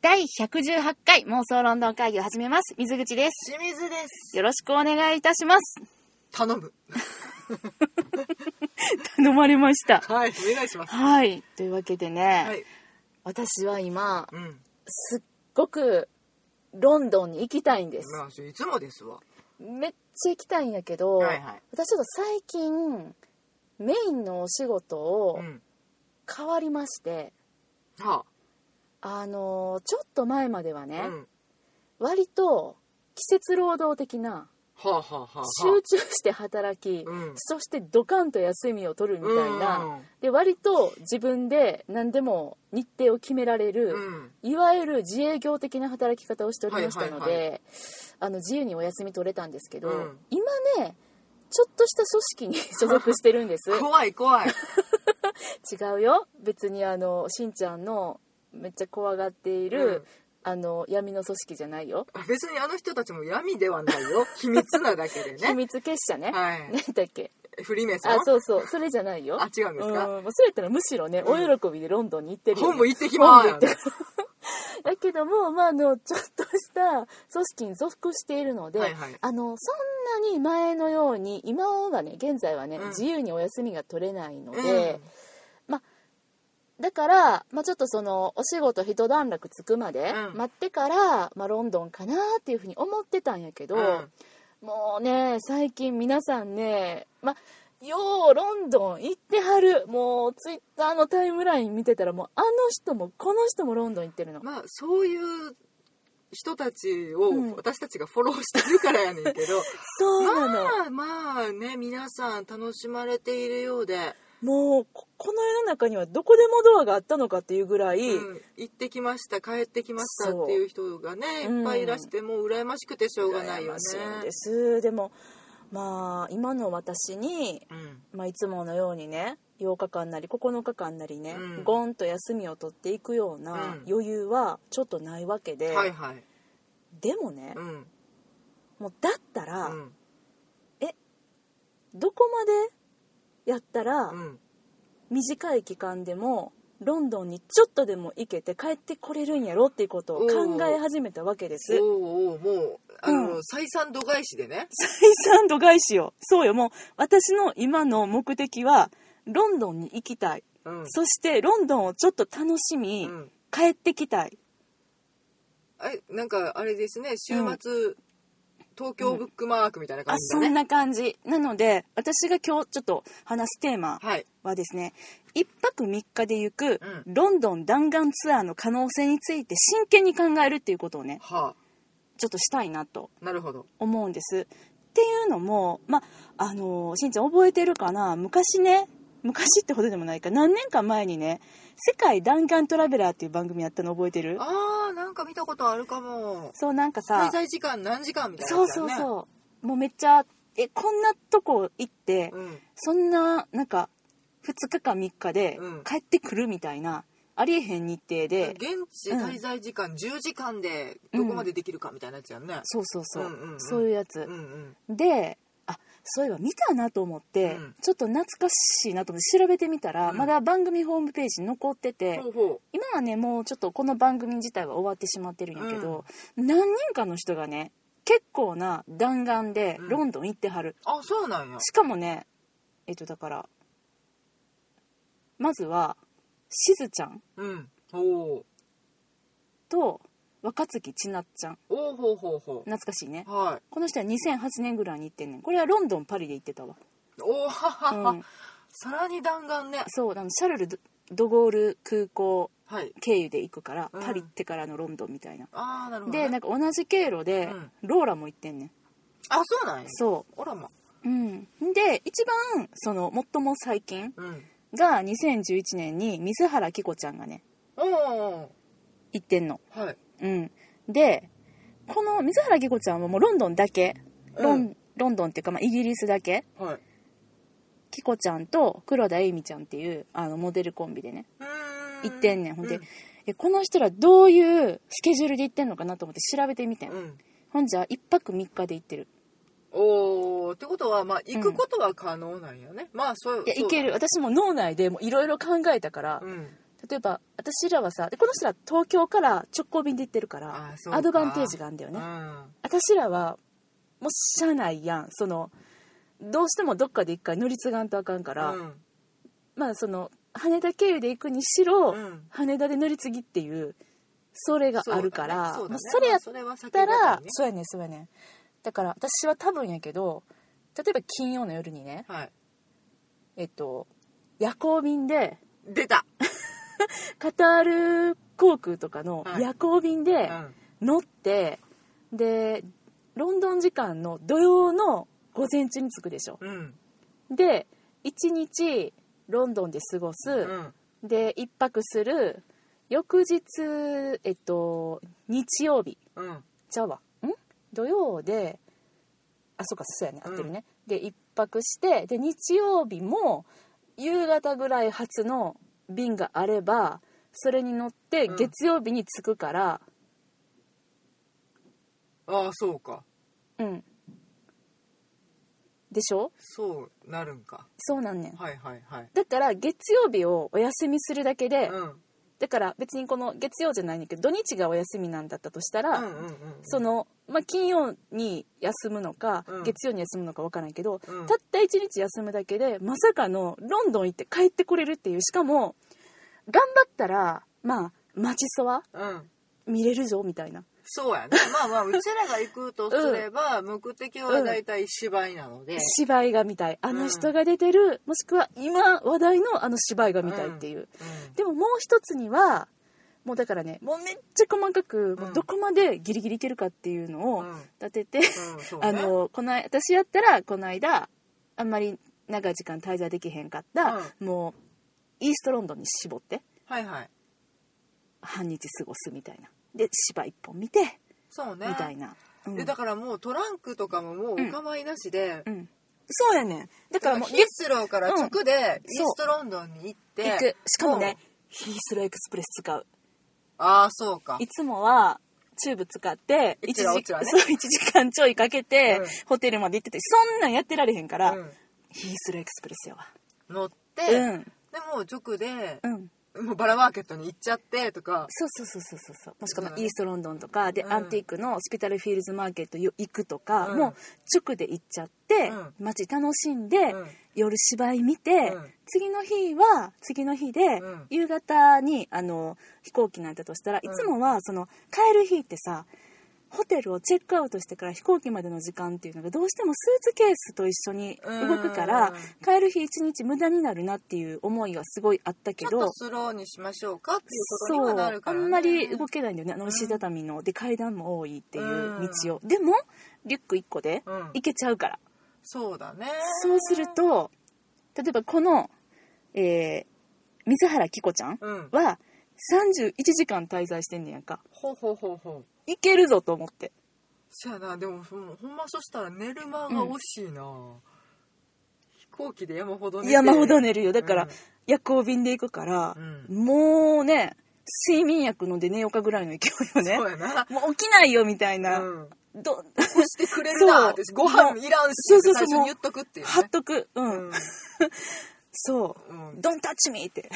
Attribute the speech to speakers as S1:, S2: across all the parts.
S1: 第118回妄想ロンドン会議を始めます。水口です。
S2: 清水です。
S1: よろしくお願いいたします。
S2: 頼む。
S1: 頼まれました。
S2: はい、お願いします。
S1: はい。というわけでね、
S2: はい。
S1: 私は今、
S2: うん。
S1: すっごくロンドンに行きたいんです。
S2: まあ、いつもですわ。
S1: めっちゃ行きたいんやけど、
S2: はいはい
S1: 私ちょっと最近、メインのお仕事を
S2: うん。
S1: 変わりまして、
S2: は
S1: あのーちょっと前までは
S2: あ。
S1: ね、
S2: うん。
S1: 割と季節労働的な
S2: はあはあはあはあ。
S1: 集中して働き、
S2: うん
S1: そしてドカンと休みを取るみたいな、
S2: うん
S1: で割と自分で何でも日程を決められ
S2: う
S1: る、
S2: ん。
S1: いわゆる自営業的な働き方をしておりましたので、
S2: はいはい
S1: あの自由にお休み取れたんですけど、
S2: うん
S1: 今ねちょっとした組織に 所属してるん です
S2: 怖い怖い。
S1: 違うよ別にあのしんちゃんのめっちゃ怖がっている、
S2: うん
S1: あの闇の組織じゃないよ
S2: 別にあの人たちも闇ではない よ。秘密なだけで
S1: 秘
S2: ね。
S1: 密結社ね、
S2: はい
S1: 何だっけ
S2: フリーメイソン
S1: あそうそうそれじゃないよ
S2: あ違うんですか
S1: んもうそれやったらむしろねお喜びでロンドンに行ってるよ
S2: 本部行ってきま
S1: 本部行っ
S2: ー
S1: てだけどもまああのちょっとした組織に属しているので、
S2: はいはい
S1: あのそんなに前のように今はね現在はね、
S2: うん
S1: 自由にお休みが取れないの
S2: うん
S1: で、だから、まあ、ちょっとそのお仕事一段落つくまで
S2: うん
S1: 待ってから、まあ、ロンドンかなっていうふうに思ってたんやけど、
S2: うん
S1: もうね最近皆さんね、まあ、ようロンドン行ってはるもうツイッターのタイムライン見てたらもうあの人もこの人もロンドン行ってるの、
S2: まあ、そういう人たちを
S1: うん
S2: 私たちがフォローしてるからやねんけど、
S1: そうなの、
S2: まあまあね、皆さん楽しまれているようで、
S1: もうここの世の中にはどこでもドアがあったのかっていうぐらい、
S2: うん、行ってきました帰ってきました
S1: そう
S2: っていう人がね
S1: うん
S2: いっぱいいらして、もう羨ましくてしょうがない
S1: 羨
S2: よね
S1: ましいんですでもまあ今の私に
S2: うん
S1: まあ、いつものようにね8日間なり9日間なりね、
S2: うん
S1: ゴンと休みを取っていくような
S2: うん
S1: 余裕はちょっとないわけで、
S2: はいはい
S1: でもね、
S2: うん
S1: もうだったら、
S2: うん
S1: どこまでやったら、
S2: うん
S1: 短い期間でもロンドンにちょっとでも行けて帰ってこれるんやろっていうことを考え始めたわけです
S2: おうおうもうあの、
S1: うん
S2: 採算度外視でね
S1: 採算度外視よ そうよもう私の今の目的はロンドンに行きたい、
S2: うん
S1: そしてロンドンをちょっと楽しみ、
S2: うん
S1: 帰ってきたい
S2: あれなんかあれですね週末、東京ブックマークみたいな感
S1: あ
S2: じ
S1: そ
S2: だ
S1: ん
S2: ね、
S1: な感じなので私が今日ちょっと話すテーマ
S2: はい
S1: はですね1泊3日で行く
S2: う
S1: ロンドン弾丸ツアーの可能性について真剣に考えるっていうことをね
S2: は
S1: ちょっとしたいなと
S2: あなるほど
S1: 思うんです。っていうのも、まああのしんちゃん覚えてるかな昔ね昔ってほどでもないか何年か前にね「世界弾丸トラベラー」っていう番組やったの覚えてる
S2: あーなんか見たことあるかも
S1: そうなんかさ
S2: 滞在時間何時間みたいな
S1: そう
S2: やつだ
S1: そ
S2: ね
S1: うそうもうめっちゃえこんなとこ行って、
S2: うん
S1: そんななんか2日か3日で
S2: うん
S1: 帰ってくるみたいな、ありえへん日程で、
S2: 現地滞在時間10時間でどこまでできるかみたいなやつやんね、
S1: そうそうそう,、
S2: うんうんうん
S1: そういうやつ
S2: う、んうん
S1: であそういえば見たなと思って、
S2: うん
S1: ちょっと懐かしいなと思って調べてみたら、
S2: うん
S1: まだ番組ホームページに残ってて、
S2: ほうほ
S1: 今はねもうちょっとこの番組自体は終わってしまってるんやけど、何人かの人がね結構な弾丸で
S2: うん
S1: ロンドン行ってはる、
S2: うあそうなんや
S1: しかもねえっとだからまずはしずちゃん
S2: うんほう
S1: と若槻千夏ちゃん
S2: おうほうほうほ
S1: 懐かしいね
S2: うはい
S1: この人は2008年ぐらいに行ってんねんこれはロンドンパリで行ってたわ、
S2: おおははは、
S1: うん、
S2: さらに弾丸ね
S1: そうあのシャルルド・ドゴール空港
S2: はい
S1: 経由で行くから
S2: うん
S1: パリ行ってからのロンドンみたいな、
S2: ああなるほど、ね、
S1: でなんか同じ経路で、
S2: うん
S1: ローラも行ってんねん
S2: あそうなんや
S1: そ
S2: おらま
S1: ううんで一番その最も最近
S2: うん
S1: が2011年に水原希子ちゃんがね
S2: おお
S1: 行ってんの
S2: はい
S1: うん、でこの水原希子ちゃんはもうロンドンだけロン,、
S2: うん
S1: ロンドンっていうか、まあ、イギリスだけ
S2: はい
S1: 希子ちゃんと黒田恵美ちゃんっていうあのモデルコンビでね
S2: うー
S1: 行ってんねんほんで、
S2: う
S1: えこの人らどういうスケジュールで行ってんのかなと思って調べてみてん、
S2: うん
S1: ほんじゃ1泊3日で行ってる
S2: おおってことはまあ行くことは可能なんやね、まあそう
S1: いや
S2: そう
S1: 行ける私も脳内でもいろいろ考えたから、
S2: うん
S1: 例えば私らはさでこの人ら東京から直行便で行ってるから
S2: あそうか
S1: アドバンテージがあるんだよね、私らはもうしゃあないやんそのどうしてもどっかで一回乗り継がんとあかんから、
S2: うん
S1: まあその羽田経由で行くにしろ、
S2: うん
S1: 羽田で乗り継ぎっていうそれがあるから
S2: そうだね
S1: まあ
S2: そ
S1: そう
S2: だ
S1: れ
S2: ね
S1: やっ
S2: まあそれ
S1: た
S2: は避けが
S1: ら
S2: たいね
S1: そうやねんそうやねんだから私は多分やけど例えば金曜の夜にね
S2: はい
S1: えっと夜行便で
S2: 出た、
S1: カタール航空とかの
S2: はい
S1: 夜行便で
S2: うん
S1: 乗って、でロンドン時間の土曜の午前中に着くでしょ
S2: うん
S1: で1日ロンドンで過ごす、
S2: うん
S1: で一泊する翌日えっと日曜日
S2: うん
S1: ちゃうわん土曜であそうかそうやね合ってるね、で一泊してで日曜日も夕方ぐらい発の便があればそれに乗って
S2: うん
S1: 月曜日に着くから
S2: ああそうか
S1: うん、でしょ
S2: そうなるんか
S1: そうなんねん
S2: はいはいはい
S1: だから月曜日をお休みするだけで、
S2: うんうん
S1: だから別にこの月曜じゃないんだけど土日がお休みなんだったとしたら、
S2: うんうん
S1: その、まあ、金曜に休むのか、
S2: うん
S1: 月曜に休むのか分からんけど、
S2: うん
S1: たった1日休むだけでまさかのロンドン行って帰ってこれるっていうしかも頑張ったらまあ待ちそわ
S2: うん
S1: 見れるぞみたいな
S2: そうやねまあまあうちらが行くとすれば、目的はだいたい芝居なので、
S1: 芝居が見たいあの人が出てる、もしくは今話題のあの芝居が見たいっていう、
S2: うん
S1: でももう一つにはもうだからねもうめっちゃ細かく、もうどこまでギリギリいけるかっていうのを
S2: うん
S1: 立てて、
S2: うんそうね
S1: あのこの私やったらこの間あんまり長い時間滞在できへんかった、もうイーストロンドンに絞って
S2: はいはい
S1: 半日過ごすみたいなで芝一本見て
S2: そうね
S1: みたいな、うん
S2: でだからもうトランクとかももうお構いなしで、
S1: うんそうやねんだからもう
S2: ヒースローから直でイ
S1: そう
S2: ーストロンドンに行って、
S1: 行くしかもねヒースローエクスプレス使う
S2: うんああそうか
S1: いつもはチューブ使って
S2: う
S1: 1
S2: ち
S1: 時
S2: らうちらね
S1: そう一時間ちょいかけて、
S2: うん
S1: ホテルまで行っててそんなんやってられへんから、
S2: うん
S1: ヒースローエクスプレスやわ
S2: 乗って、
S1: うん
S2: でもう直で、
S1: うん
S2: もうバラマーケットに行っちゃってとか
S1: そうそうそうそうそうそうもしくはまあ
S2: うん
S1: イーストロンドンとかで、
S2: うん
S1: アンティークのスピタルフィールズマーケットよ行くとか、
S2: うん
S1: もう直で行っちゃって、
S2: うん
S1: 街楽しんで、
S2: うん
S1: 夜芝居見て、
S2: うん
S1: 次の日は次の日で、
S2: うん
S1: 夕方にあの飛行機なんだとしたらいつもはその帰る日ってさホテルをチェックアウトしてから飛行機までの時間っていうのがどうしてもスーツケースと一緒に動くから、
S2: うん
S1: 帰る日一日無駄になるなっていう思いがすごいあったけ
S2: ち
S1: ど
S2: ょっとスローにしましょうかっていうことに
S1: そ
S2: は
S1: う
S2: なるから、ね、
S1: あんまり動けないんだよねあの石畳の、で階段も多いっていう道を、でもリュック1個で
S2: うん
S1: 行けちゃうから、
S2: そうだね
S1: そうすると例えばこの、えー水原希子ちゃん
S2: うん
S1: は31時間滞在してんねやんか
S2: ほうほうほうほう
S1: 行けるぞと思って
S2: そやなでもほんほんまそしたら寝る間が惜しいな、飛行機で山ほど寝て
S1: 山ほど寝るよだから、
S2: うん
S1: 夜行便で行くから
S2: う、ん
S1: もうね睡眠薬飲んで寝ようかぐらいの勢いよね
S2: そうやな
S1: もう起きないよみたいな、
S2: うん
S1: ど
S2: こうしてくれるなって
S1: そう
S2: ご飯いらんし
S1: そうそう
S2: って最
S1: そう
S2: 初に言っとくっていう
S1: はっ
S2: ね
S1: とくう、
S2: うんん
S1: そう
S2: うん
S1: ドンタッチミーって。
S2: と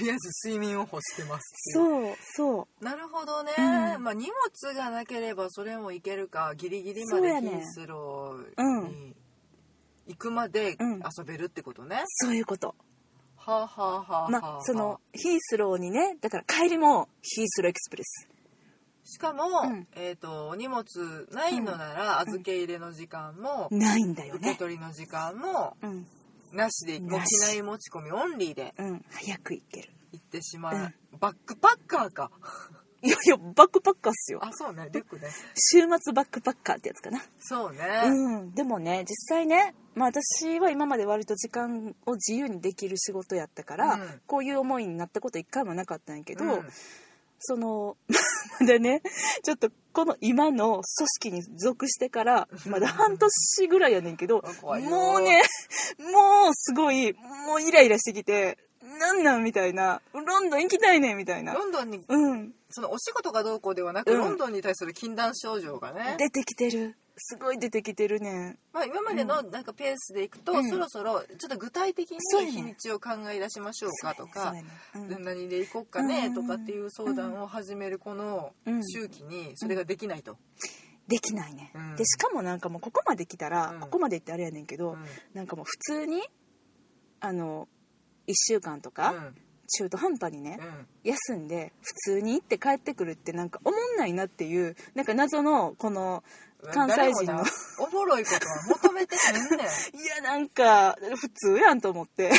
S2: りあえず睡眠を欲してますっていう
S1: そう、そう。
S2: なるほどね、
S1: うん
S2: まあ荷物がなければそれもいけるかギリギリま
S1: そう
S2: で
S1: や
S2: ヒ
S1: ね
S2: ースロ
S1: う
S2: ー
S1: ん
S2: に行くまで
S1: うん
S2: 遊べるってことね、
S1: そういうこと。
S2: はあ、はあはあはあ、
S1: まあ、その、ヒースローにね、だから帰りもヒースローエクスプレス。
S2: しかも、
S1: うん
S2: えっ、とお荷物ないのなら預け入れの時間も、
S1: ないんだよ
S2: 受け
S1: ね。
S2: 取りの時間も
S1: うん。
S2: なしで持
S1: なし
S2: ちない持ち込みオンリーで
S1: うん。早く行ける。
S2: 行ってしまう、
S1: うん
S2: バックパッカーか
S1: いやいや、バックパッカーっすよ。
S2: あそうねリュックね
S1: 週末バックパッカーってやつかな。
S2: そうね、
S1: うん。でもね、実際ね、まあ私は今まで割と時間を自由にできる仕事やったから、
S2: うん
S1: こういう思いになったこと一回もなかったんやけど、
S2: うん
S1: その まだねちょっとこの今の組織に属してからまだ半年ぐらいやねんけど
S2: 怖いよ
S1: もうねもうすごいもうイライラしてきてなんなんみたいなロンドン行きたいねみたいな
S2: ロンドンに
S1: うん
S2: そのお仕事がどうこうではなく、
S1: うん
S2: ロンドンに対する禁断症状がね、
S1: 出てきてるすごい出てきてるねん
S2: まあ、今までのなんかペースでいくと、
S1: うん
S2: そろそろちょっと具体的に
S1: そうやね
S2: 日にちを考え出しましょうかと
S1: そ
S2: か
S1: うやね、そうやねうん
S2: 何で行こうかね
S1: うん
S2: とかっていう相談を始めるこの
S1: うん
S2: 周期にそれができないと。
S1: できないね、
S2: うん
S1: でしかもなんかもうここまで来たら、
S2: うん
S1: ここまでってあれやねんけど、
S2: うん
S1: なんかもう普通にあの1週間とか、中途半端にね
S2: う、ん
S1: 休んで普通に行って帰ってくるってなんかおもんないなっていうなんか謎のこの
S2: うん
S1: 関西人の
S2: 誰もなおもろいことは求めてへん ねん
S1: いやなんか普通やんと思って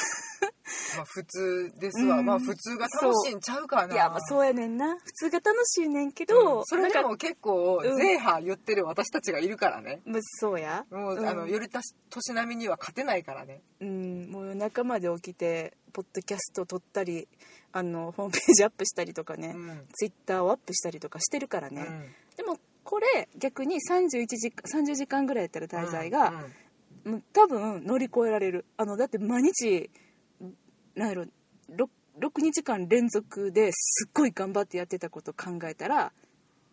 S2: まあ普通ですわ、
S1: うん
S2: まあ普通が楽しいんちゃうかない
S1: やまあそうやねんな普通が楽しいねんけど、
S2: うんそれで
S1: なんか
S2: も結構
S1: うん
S2: ゼーハー言ってる私たちがいるからね
S1: まあそうや
S2: もう、
S1: ん
S2: あのよりたし年並みには勝てないからね
S1: うん、もう夜中まで起きてポッドキャスト撮ったりあのホームページアップしたりとかね、
S2: うん
S1: ツイッターをアップしたりとかしてるから
S2: う
S1: ね、
S2: ん
S1: でもこれ逆に31時間30時間ぐらいやったら滞在が、
S2: うんうん
S1: もう多分乗り越えられるあのだって毎日なんやろ 6, 6日間連続ですっごい頑張ってやってたこと考えたら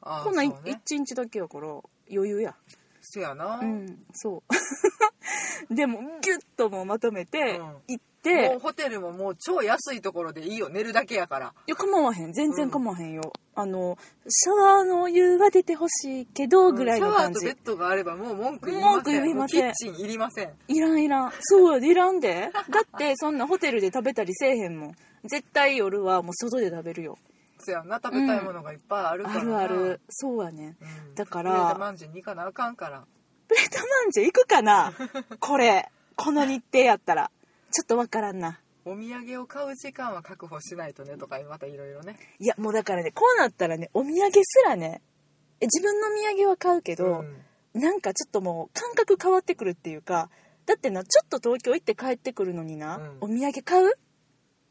S2: ああ
S1: こんなん
S2: そう
S1: 1
S2: ね
S1: 日だけやから余裕や
S2: せやな、
S1: うんそう でもギュッともうまとめて
S2: うん
S1: 行っ
S2: もう
S1: て、
S2: ホテルももう超安いところでいいよ寝るだけやから
S1: いや構わへん全然構わへんよ、あのシャワーの湯が出てほしいけどぐらいの感
S2: シ
S1: じ、
S2: ャワーとベッドがあればもう文句言い
S1: 文
S2: ま
S1: 句言いません
S2: せんもうキッチンいりません
S1: いらんいらんそういらんでだってそんなホテルで食べたりせえへんもん絶対夜はもう外で食べるよ
S2: せやな食べたいものがいっぱいあるから
S1: ある
S2: な
S1: あるそうやね
S2: うん
S1: だから
S2: プレートマンジェに行かなあかんから
S1: プレートマンジェ行くか なこれこの日程やったらちょっとわからんな
S2: お土産を買う時間は確保しないとねとかまたいろいろね
S1: いやもうだからねこうなったらねお土産すらねえ自分の土産は買うけど、
S2: ん
S1: なんかちょっともう感覚変わってくるっていうかだってなちょっと東京行って帰ってくるのにな、
S2: うん
S1: お土産買う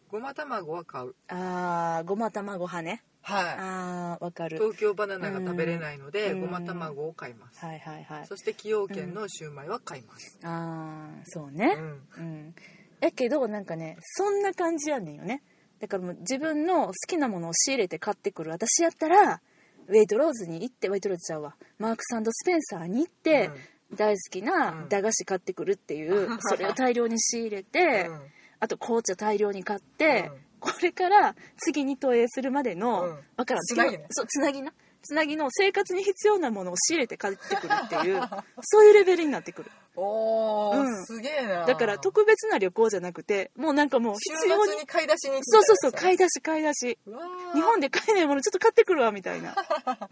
S2: ごま卵は買う
S1: あーごま卵派ね
S2: は
S1: あーわか
S2: い
S1: る
S2: 東京バナナが食べれないので
S1: うん
S2: ごま卵を買います
S1: はいはいはい
S2: そして崎陽軒のシューマイは買います
S1: あーそう
S2: う
S1: ね、
S2: ん
S1: うん、やけどなんかねそんな感じやねんよねだからもう自分の好きなものを仕入れて買ってくる私やったらウェイトローズに行ってウェイトローズちゃうわマークススペンサーに行って、大好き
S2: う
S1: なん駄菓子買ってくるっていう、それを大量に仕入れて、
S2: うん
S1: あと紅茶大量に買って、
S2: うん
S1: これから次に投影するまでの、
S2: うん
S1: わからん
S2: つなぎね
S1: そうつなぎなつなぎの生活に必要なものを仕入れて買ってくるっていうそういうレベルになってくる
S2: おー、
S1: うん
S2: すげえな
S1: だから特別な旅行じゃなくてもうなんかもう
S2: 週
S1: 必要に
S2: 末に買い出しに行く
S1: そうそうそう
S2: 買い
S1: 買い出し買い出し日
S2: 日
S1: 本で買えないものちょっと買ってくるわみたい ないや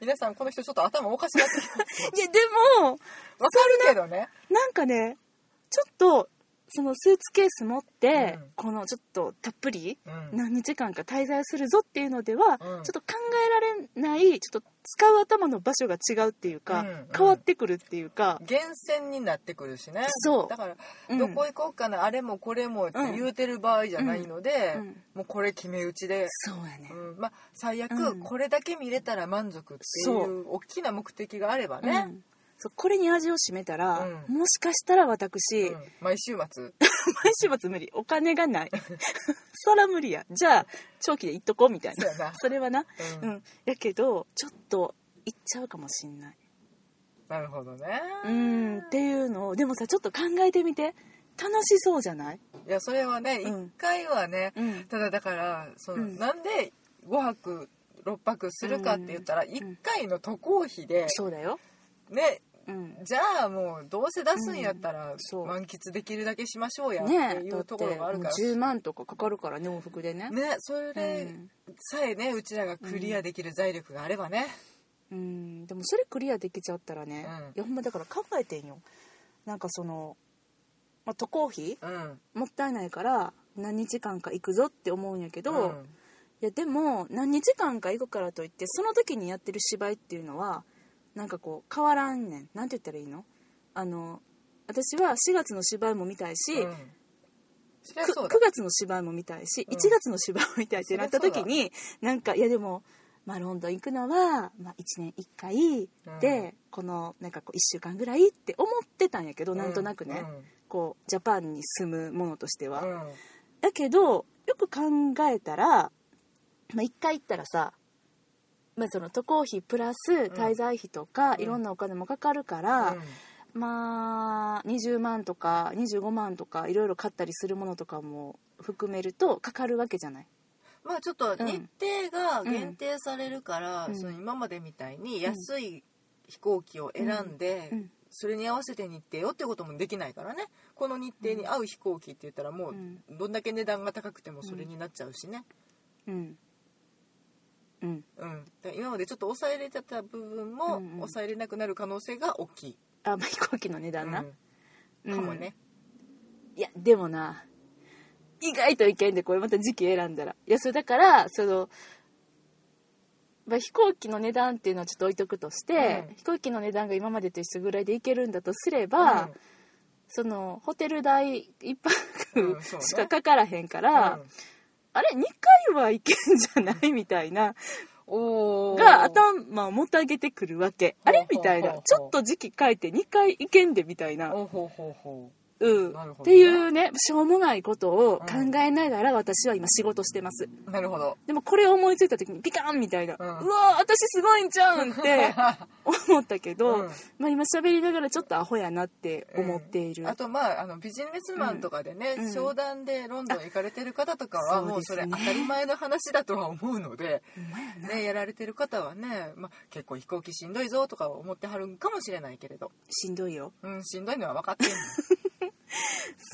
S2: 皆さんこの人ちょっと頭おかしなって きます
S1: でも
S2: わかるけどね
S1: なんかねちょっとそのスーツケース持って、
S2: うん
S1: このちょっとたっぷり
S2: うん
S1: 何日間か滞在するぞっていうのでは、ちょ
S2: うん
S1: っと考えられないちょっと使う頭の場所が違うっていうか、
S2: うんうん
S1: 変わってくるっていうか、
S2: 厳選になってくるしね
S1: そう
S2: だから、
S1: うん
S2: どこ行こうかなあれもこれもって言うてる場合じゃないので、
S1: うんうん
S2: もうこれ決め打ちで、
S1: そうやね
S2: うんまあ、最
S1: う
S2: 悪
S1: ん
S2: これだけ見れたら満足ってい
S1: そう
S2: 大きな目的があればね、
S1: うんそうこれに味を占めたら、
S2: うん
S1: もしかしたら私、
S2: うん毎週末
S1: 毎週末無理お金がない そら無理やじゃあ長期で行っとこうみたい
S2: そう
S1: な
S2: や な、
S1: それはな
S2: う
S1: うんんやけどちょっと行っちゃうかもしんない
S2: なるほどね、
S1: うんっていうのをでもさちょっと考えてみて楽しそうじゃない
S2: いやそれはね一、
S1: うん
S2: 回はね、
S1: うん
S2: ただだからその、
S1: うん
S2: なんで5泊6泊するかって言ったら一回の渡航費で、
S1: そうだよ
S2: ね
S1: うん
S2: じゃあもうどうせ出すんやったら
S1: んそう
S2: 満喫できるだけしましょうやって
S1: ねえ
S2: い
S1: だ
S2: う
S1: って
S2: ところがあるから、
S1: 10万とかかかるからね往復でね
S2: ねそれ
S1: うん
S2: さえねうちらがクリアできる財力があればね、
S1: うんでもそれクリアできちゃったらね、
S2: うん
S1: いやほんまだから考えてんよなんかその、まあ、渡航費
S2: うん
S1: もったいないから何日間か行くぞって思うんやけど、
S2: うん
S1: いやでも何日間か行くからといってその時にやってる芝居っていうのはなんかこう変わらんねんなんて言ったらいいのあの私は4月の芝居も見たいし、
S2: うんそりゃ
S1: く
S2: そう
S1: 9
S2: だ
S1: 月の芝居も見たいし、
S2: うん
S1: 1月の芝居も見たいってなった時になんかいやでも、まあ、ロンドン行くのは、まあ、1年1回で、
S2: うん
S1: このなんかこう1週間ぐらいって思ってたんやけど、なんとなくね、こうジャパンに住むものとしては。
S2: うんうん
S1: だけどよく考えたら、まあ、1回行ったらさ、まあ、その渡航費プラス滞在費とか、
S2: ん
S1: いろんなお金もかかるから、まあ20万とか25万とかいろいろ買ったりするものとかも含めるとかかるわけじゃない。
S2: まあちょっと日程が
S1: うん
S2: 限定されるから、
S1: うん
S2: その今までみたいに安い飛行機を選んで、
S1: うん
S2: それに合わせて日程をってこともできないからねこの日程に合う飛行機って言ったらもう
S1: うん
S2: どんだけ値段が高くてもそれになっちゃうしね、
S1: うんうん、
S2: うんだから今までちょっと抑えれてた部分も
S1: うんうん
S2: 抑えれなくなる可能性が大きい、
S1: あまあ飛行機の値段な、
S2: うんかもね、
S1: いやでもな意外といけんでこれまた時期選んだらいやそれだからその、まあ、飛行機の値段っていうのはちょっと置いとくとして、
S2: うん
S1: 飛行機の値段が今までと一緒ぐらいでいけるんだとすれば、そのホテル代一
S2: う
S1: 泊
S2: んそうね
S1: しかかからへんから、
S2: うん
S1: あれ2回はいけんじゃないみたいな
S2: おー
S1: が頭をもたげてくるわけあれ
S2: ほう
S1: み
S2: ほうほう
S1: た
S2: ほう
S1: いなちょっと時期変えて2回いけんでみたいな
S2: おほうほうほう
S1: うん、
S2: なる
S1: っ
S2: ほどね
S1: ていうねしょうもないことを
S2: うん
S1: 考えながら私は今仕事してます、
S2: なる ほど
S1: でもこれを思いついた時にピカーンみたいな、
S2: う
S1: うんわー私すごいんちゃうんって思ったけど、
S2: うん
S1: まあ、今喋りながらちょっとアホやなって思っている、
S2: あとまああのビジネスマンとかでね、
S1: うん
S2: 商談でロンドン行かれてる方とかは
S1: あ
S2: もう
S1: そ
S2: そ
S1: う
S2: れ
S1: です
S2: 当
S1: ね
S2: たり前の話だとは思うので、
S1: ほんまやな
S2: ね、やられてる方はね、まあ、結構飛行機しんどいぞとか思ってはるんかもしれないけれど、
S1: しんどいよ
S2: うん、しんどいのは分かってる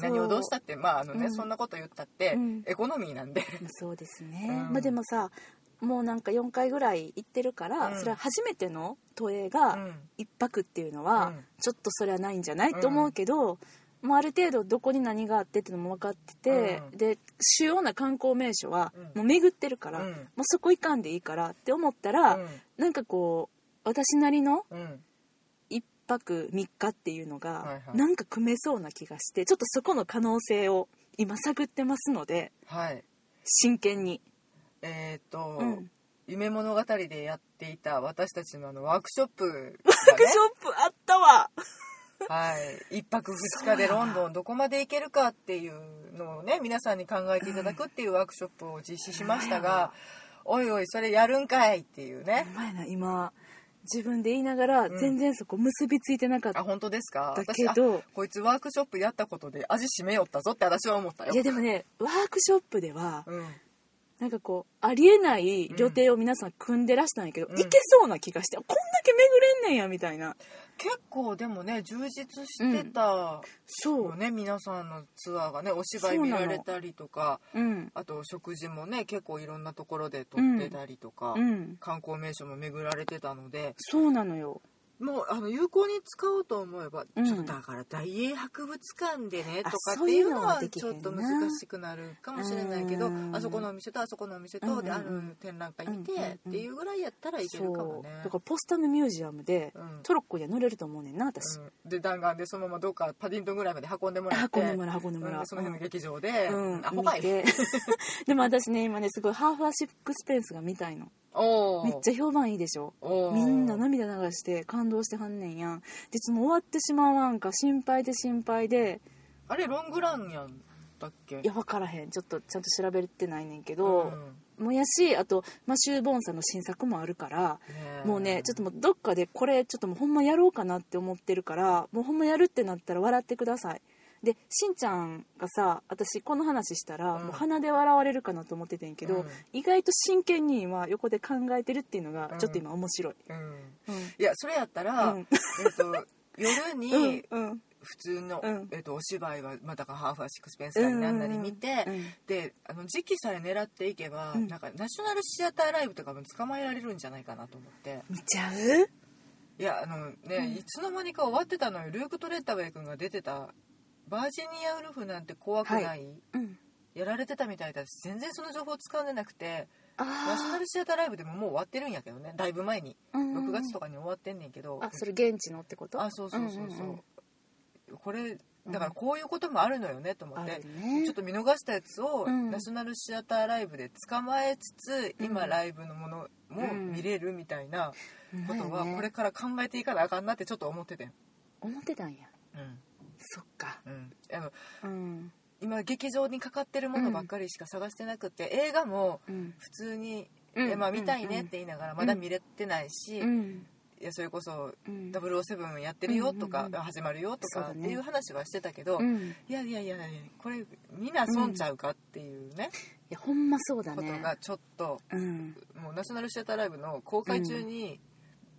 S2: 何をどうしたってまああのね、
S1: うん
S2: そんなこと言ったって、
S1: うん
S2: エコノミーなんで
S1: まあそうですね、
S2: うん
S1: まあ、でもさもうなんか4回ぐらい行ってるから、
S2: うん
S1: それは初めての都営
S2: う
S1: が
S2: ん
S1: 1泊っていうのは、
S2: うん
S1: ちょっとそれはないんじゃない、と思うけどもうある程度どこに何があってっていうのも分かってて、
S2: うん
S1: で主要な観光名所は
S2: うん
S1: もう巡ってるから、
S2: うん
S1: もうそこ行かんでいいからって思ったら、なんかこう私なりの
S2: うんうん
S1: 1泊3日っていうの
S2: は
S1: が
S2: いはい
S1: なんか組めそうな気がしてちょっとそこの可能性を今探ってますので
S2: はい
S1: 真剣に。
S2: えーっと、
S1: うん
S2: 夢物語でやっていた私たちのあのワークショップがね、
S1: ワークショップあったわ
S2: はい、一泊二日でロンドンどこまで行けるかっていうのをね皆さんに考えていただくっていうワークショップを実施しましたが、おいおいそれやるんかいっていうね
S1: お前な今自分で言いながら
S2: ん
S1: 全然そこ結びついてなかった
S2: あ本当ですか
S1: だけど
S2: 私あこいつワークショップやったことで味しめよったぞって私は思ったよ
S1: いやでもねワークショップでは
S2: うん、
S1: なんかこうありえない旅程を皆さん組んでらしたんやけど、
S2: うん
S1: いけそうな気がしてこんだけ巡れんねんやみたいな
S2: 結構でもね充実してた
S1: そ
S2: よね、皆さんのツアーがねお芝居見られたりとか
S1: うん
S2: あと食事もね結構いろんなところで撮ってたりとか、
S1: うん
S2: 観光名所も巡られてたので
S1: そうなのよ
S2: もうあの有効に使おうと思えば、
S1: うん
S2: ちょっとだから大英博物館でねと
S1: あ
S2: かっていうのは
S1: そういうのはでき
S2: ち
S1: へ
S2: ょ
S1: ん
S2: っ
S1: な
S2: と難しくなるかもしれないけど
S1: うん
S2: あそこのお店とあそこのお店
S1: うんうん
S2: と
S1: うん
S2: である展覧会行って
S1: うんうんうん
S2: っていうぐらいやったらいけるか
S1: そ
S2: も
S1: う
S2: ね。
S1: だからポスタムミュージアムで
S2: うん
S1: トロッコには乗れると思うねんな私、
S2: うんで弾丸でそのままどうかパディントンぐらいまで運んでもらって
S1: 箱根村箱根
S2: うん
S1: 村
S2: でその辺の劇場で、
S1: うん
S2: アホ
S1: 見
S2: かい
S1: て でも私ね今ねすごいハーフアシックスペンスが見たいの
S2: お
S1: めっちゃ評判いいでしょ
S2: ゃ
S1: みんな涙流して感動してはんねんやんでその終わってしまわんか心配で心配で
S2: あれロングランやんだっけ
S1: いや分からへんちょっとちゃんと調べてないねんけ
S2: う
S1: ど、
S2: ん
S1: もやしあとマシュー・ボーンさんの新作もあるから
S2: ね
S1: もうねちょっともうどっかでこれちょっともうほんまやろうかなって思ってるからもうほんまやるってなったら笑ってくださいでしんちゃんがさ私この話したら、
S2: うん
S1: もう鼻で笑われるかなと思っててんけど、
S2: うん
S1: 意外と真剣に今横で考えてるっていうの
S2: う
S1: が
S2: ん
S1: ちょっと今面白い、
S2: うん
S1: うん
S2: いやそれやったら、
S1: うん
S2: えっと夜に
S1: うんうん
S2: 普通の、
S1: うん
S2: えっとお芝居は、まあ、だからハーフアシックスペンスなりなんなり見て、
S1: うん
S2: であの時期さえ狙っていけば、
S1: うん
S2: なんかナショナルシアターライブとかも捕まえられるんじゃないかなと思って
S1: 見ちゃう
S2: いやあのね、いつの間にか終わってたのよルーク・トレッタウェイ君が出てた「バージニア・ウルフなんて怖くない、
S1: はうん
S2: やられてたみたいだし全然その情報掴んでなくてナショナ
S1: あ
S2: ルシアターライブでももう終わってるんやけどねだいぶ前に
S1: あ
S2: 6月と
S1: か
S2: かに終わってんねんけど
S1: あそれ現地のってこと
S2: あそうそうそうそう,、
S1: んん
S2: これだからこういうこともあるのよねと思
S1: うん
S2: っ
S1: あ
S2: て、
S1: るね
S2: ちょっと見逃したやつを
S1: うん
S2: ナショナルシアターライブで捕まえつつ、
S1: うん
S2: 今ライブのものも見れるみたいなこ
S1: ほ
S2: と
S1: んま
S2: は
S1: やね
S2: これから考えていかなあかんなってちょっと思っててん
S1: 思ってたんや
S2: うん
S1: そっか
S2: うんあの
S1: うん
S2: 今劇場にかかってるものばっかりしか探してなくて、映画も
S1: うん
S2: 普通に、
S1: うん
S2: えまあ、見たいねって言いながらまだ見れてないし、
S1: うん
S2: いやそれこそ
S1: うん
S2: 007やってるよとか、
S1: うんうんうん
S2: 始まるよと
S1: そう
S2: か
S1: だ
S2: っ
S1: ね
S2: ていう話はしてたけど、
S1: うんい
S2: いやいやいやこれみんな損ちゃうかっていうね、
S1: やほんまそうだ
S2: こと
S1: ね
S2: がちょっと
S1: うん
S2: もうナショナルシアターライブの公開中に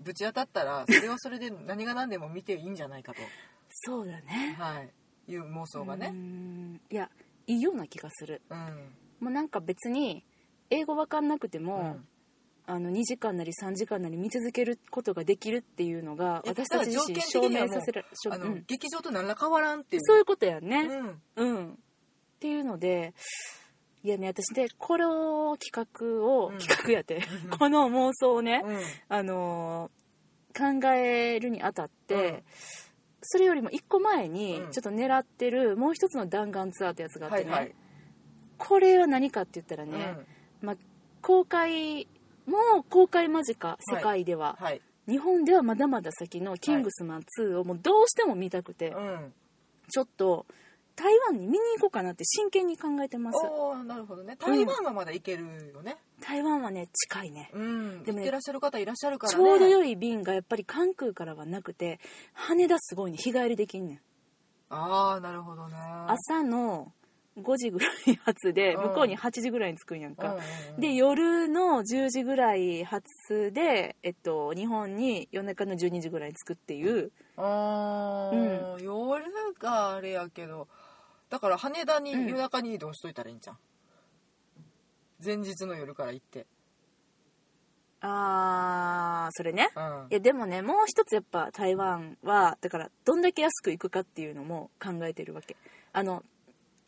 S2: ぶち当たったら、それはそれで何が何でも見ていいんじゃない かと、
S1: そうだね
S2: はい、いう妄想がね
S1: う。んいやいいような気がする
S2: うん
S1: もうなんか別に英語わかんなくて
S2: う
S1: も
S2: ん、
S1: あの2時間なり3時間なり見続けることができるっていうのが
S2: え
S1: 私たち自身
S2: だから条
S1: 証
S2: 件的に
S1: 明
S2: はもう
S1: させる証
S2: あの
S1: うん
S2: 劇場と何ら変わらんっていう
S1: そういうことやね
S2: うん
S1: うん、っていうのでいやね私ねこれを企画を、
S2: うん
S1: 企画やてこの妄想をね、
S2: うん
S1: あのー考えるにあたって、
S2: うん
S1: それよりも一個前に
S2: うん
S1: ちょっと狙ってるもう一つの弾丸ツアーってやつがあっ
S2: は
S1: て
S2: い
S1: ね、
S2: はい、
S1: これは何かって言ったら
S2: う
S1: ね、
S2: ん
S1: まあ、公開もう公開間近世界では、
S2: はい
S1: 日本ではまだまだ先の「キングスマン2」をもうどうしても見たくて、
S2: うん、
S1: ちょっと台湾に見に行こうかなって真剣に考えてます
S2: おーなるほどね台湾はまだ行けるよね、
S1: 台湾はね近いね
S2: うん、
S1: でもね
S2: 行ってらっしゃる方いらっしゃるから
S1: ち
S2: ね
S1: ょうど良い便がやっぱり関空からはなくて羽田すごいね日帰りできんねん
S2: ああなるほどね
S1: 朝の5時ぐらい発で
S2: うん
S1: 向こうに8時ぐらいに着くんやん
S2: うん
S1: か、
S2: うんうん
S1: で夜の10時ぐらい発で、えっと、日本に夜中の12時ぐらいに着くっていう
S2: あー、夜があれやけどだから羽田に
S1: うん
S2: 夜中に移動しといたらいいんじゃん、前日の夜から行って
S1: あーそれね
S2: うん
S1: いやでもねもう一つやっぱ台湾はだからどんだけ安く行くかっていうのも考えてるわけあの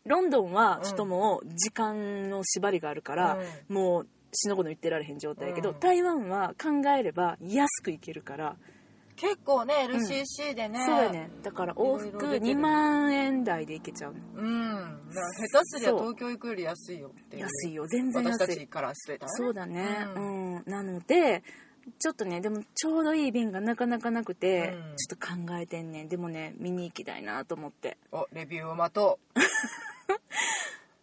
S1: ロンドンはちょっともう時間の縛りがあるから、もうしのごの言ってられへん状態やけど、
S2: うん
S1: 台湾は考えれば安く行けるから、
S2: 結構ね LCC でね、
S1: そうやねだから往
S2: いろ
S1: 復
S2: いろ出てる
S1: 2万円台で行けちゃうの
S2: うんだから下手すりゃ
S1: そう
S2: 東京行くより安いよっていう
S1: 安いよ全然
S2: 私た
S1: 安い
S2: ちからしてたらね
S1: そうだねう、
S2: うん
S1: なのでちょっとねでもちょうどいい便がなかなかなくて、
S2: うん
S1: ちょっと考えてんねんでもね見に行きたいなと思って
S2: おレビューを待とう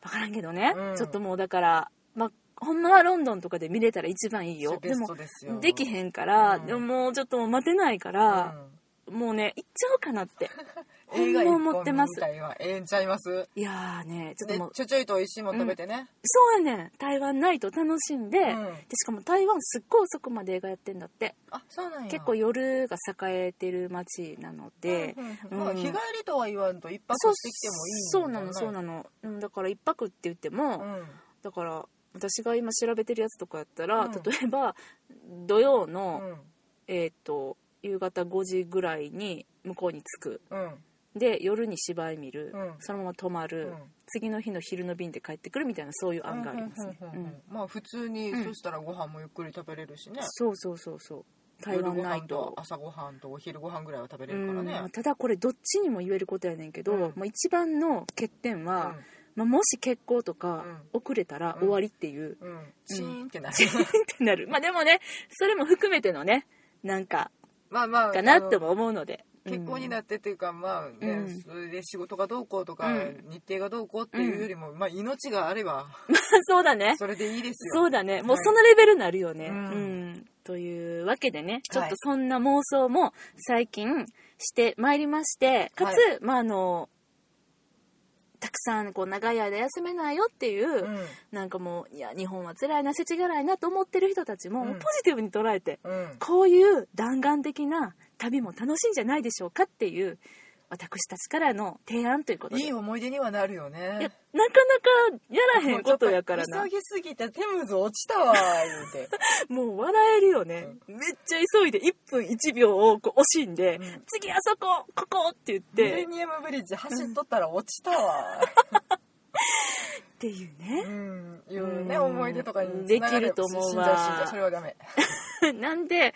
S1: 分からんけどね、
S2: うん
S1: ちょっともうだから、まあ、ほんまはロンドンとかで見れたら一番いい
S2: それ
S1: よ
S2: ベ
S1: で
S2: ス
S1: も
S2: トですよ
S1: できへんから、
S2: うん
S1: でももうちょっともう待てないか
S2: う
S1: ら、
S2: ん
S1: もうね行っちゃおうかな ってほ
S2: 映
S1: んま思
S2: 画一
S1: って
S2: 本
S1: ま
S2: 見
S1: す
S2: たいわええんちゃいます
S1: いやーねちょっと
S2: で
S1: もう
S2: ちょちょいと美味しいもん食べてね、
S1: そうやねん台湾ないと楽しんで、
S2: うん
S1: でしかも台湾すっごい遅くまで映画やってんだって
S2: あそうなんや
S1: 結構夜が栄えてる街なので、
S2: うんうんうんまあ、
S1: うん
S2: 日帰りとは言わんと一泊
S1: そう
S2: してきてもいい
S1: そうなのそうな
S2: の
S1: の、うん、だから一泊って言っても、
S2: うん
S1: だから私が今調べてるやつとかやったら、
S2: うん
S1: 例えば土曜の、
S2: うん
S1: えーっと夕方5時ぐらいに向こうに着く
S2: うん
S1: で夜に芝居見る、
S2: うん
S1: そのまま泊まる、
S2: うん
S1: 次の日の昼の便で帰ってくるみたいなそういう案がありますね、
S2: うんうん
S1: う
S2: うんんうんまあ普通に、
S1: うん
S2: そしたらご飯もゆっくり食べれるしね
S1: そうそうそうそう台
S2: 夜
S1: 湾
S2: ご
S1: ナイ
S2: 飯と
S1: ト
S2: 朝ご飯とお昼ご飯ぐらいは食べ
S1: う
S2: れるから
S1: ん
S2: ね
S1: まあただこれどっちにも言えることやねんけど、
S2: うん
S1: まあ、一番の欠点は、まあ、もし結婚とか遅れたら終わりっていう、
S2: うん、うん、シーンってなる、
S1: ってなるまあでもねそれも含めてのねなんか
S2: まあま あ
S1: かな
S2: あの
S1: とも思うので
S2: 結婚に
S1: っ
S2: なってっていうかまあね、
S1: うん
S2: それで仕事がどうこうとか、
S1: うん
S2: 日程がどうこうっていうよりも、まあ命があれば
S1: たそうだね
S2: それでいいですよ
S1: そうだねもう
S2: はい
S1: そのレベルになるよね、
S2: う
S1: うん
S2: ん、
S1: というわけでねちょっ
S2: はい
S1: とそんな妄想も最近してまいりましてかつ、
S2: は
S1: まああのたくさんこう長い間休めないよっていう、
S2: うん
S1: なんかもういや日本は辛いな世知辛いなと思ってる人たちも,、
S2: うん
S1: ポジティブに捉えて
S2: うん
S1: こういう弾丸的な旅も楽しいんじゃないでしょうかっていう私たちからの提案ということで
S2: いい思い出にはなるよね
S1: いやなかなかや らへんことやからな
S2: 急ぎすぎてテムズ落ちたわ言 うて
S1: もう笑えるよね、めっちゃ急いで1分1秒をこう惜しんで、
S2: うん
S1: 次あそこここって言っ
S2: ミレ
S1: て、っ
S2: ニアムブリッジ走っとったら落ちた わ
S1: ていう
S2: う
S1: ね、
S2: んいう
S1: う
S2: ね
S1: ん
S2: 思い出とかに繋が
S1: できると思うわ
S2: 死んじゃ死んじゃそれはダメ
S1: なんで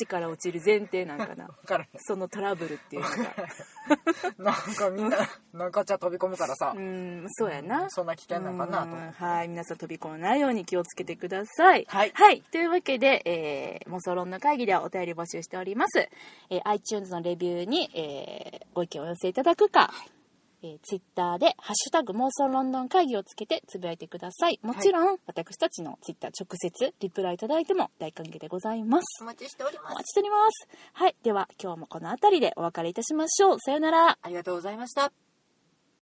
S1: 橋から落ちる前提なんか な
S2: 分から
S1: そのトラブルって いうのが
S2: へんなんかみんななんかじゃ飛び込むからさ
S1: うんそうやな
S2: そんな危険なんかな
S1: う
S2: と
S1: んはい皆さん飛び込まないように気をつけてください
S2: はい
S1: というわけで、えー、妄想論の会議ではお便り募集しております、えー iTunes のレビューに、えーご意見をお寄せいただくかえー、ツイッターで「ハッシュタグ妄想ロンドン会議」をつけてつぶやいてくださいもちろん、私たちのツイッター直接リプライいただいても大歓迎でございます
S2: お待ちしており
S1: お
S2: ま
S1: 待
S2: す
S1: ちしておりますはいでは今日もこの辺りでお別れいたしましょうさようなら
S2: ありがとうございました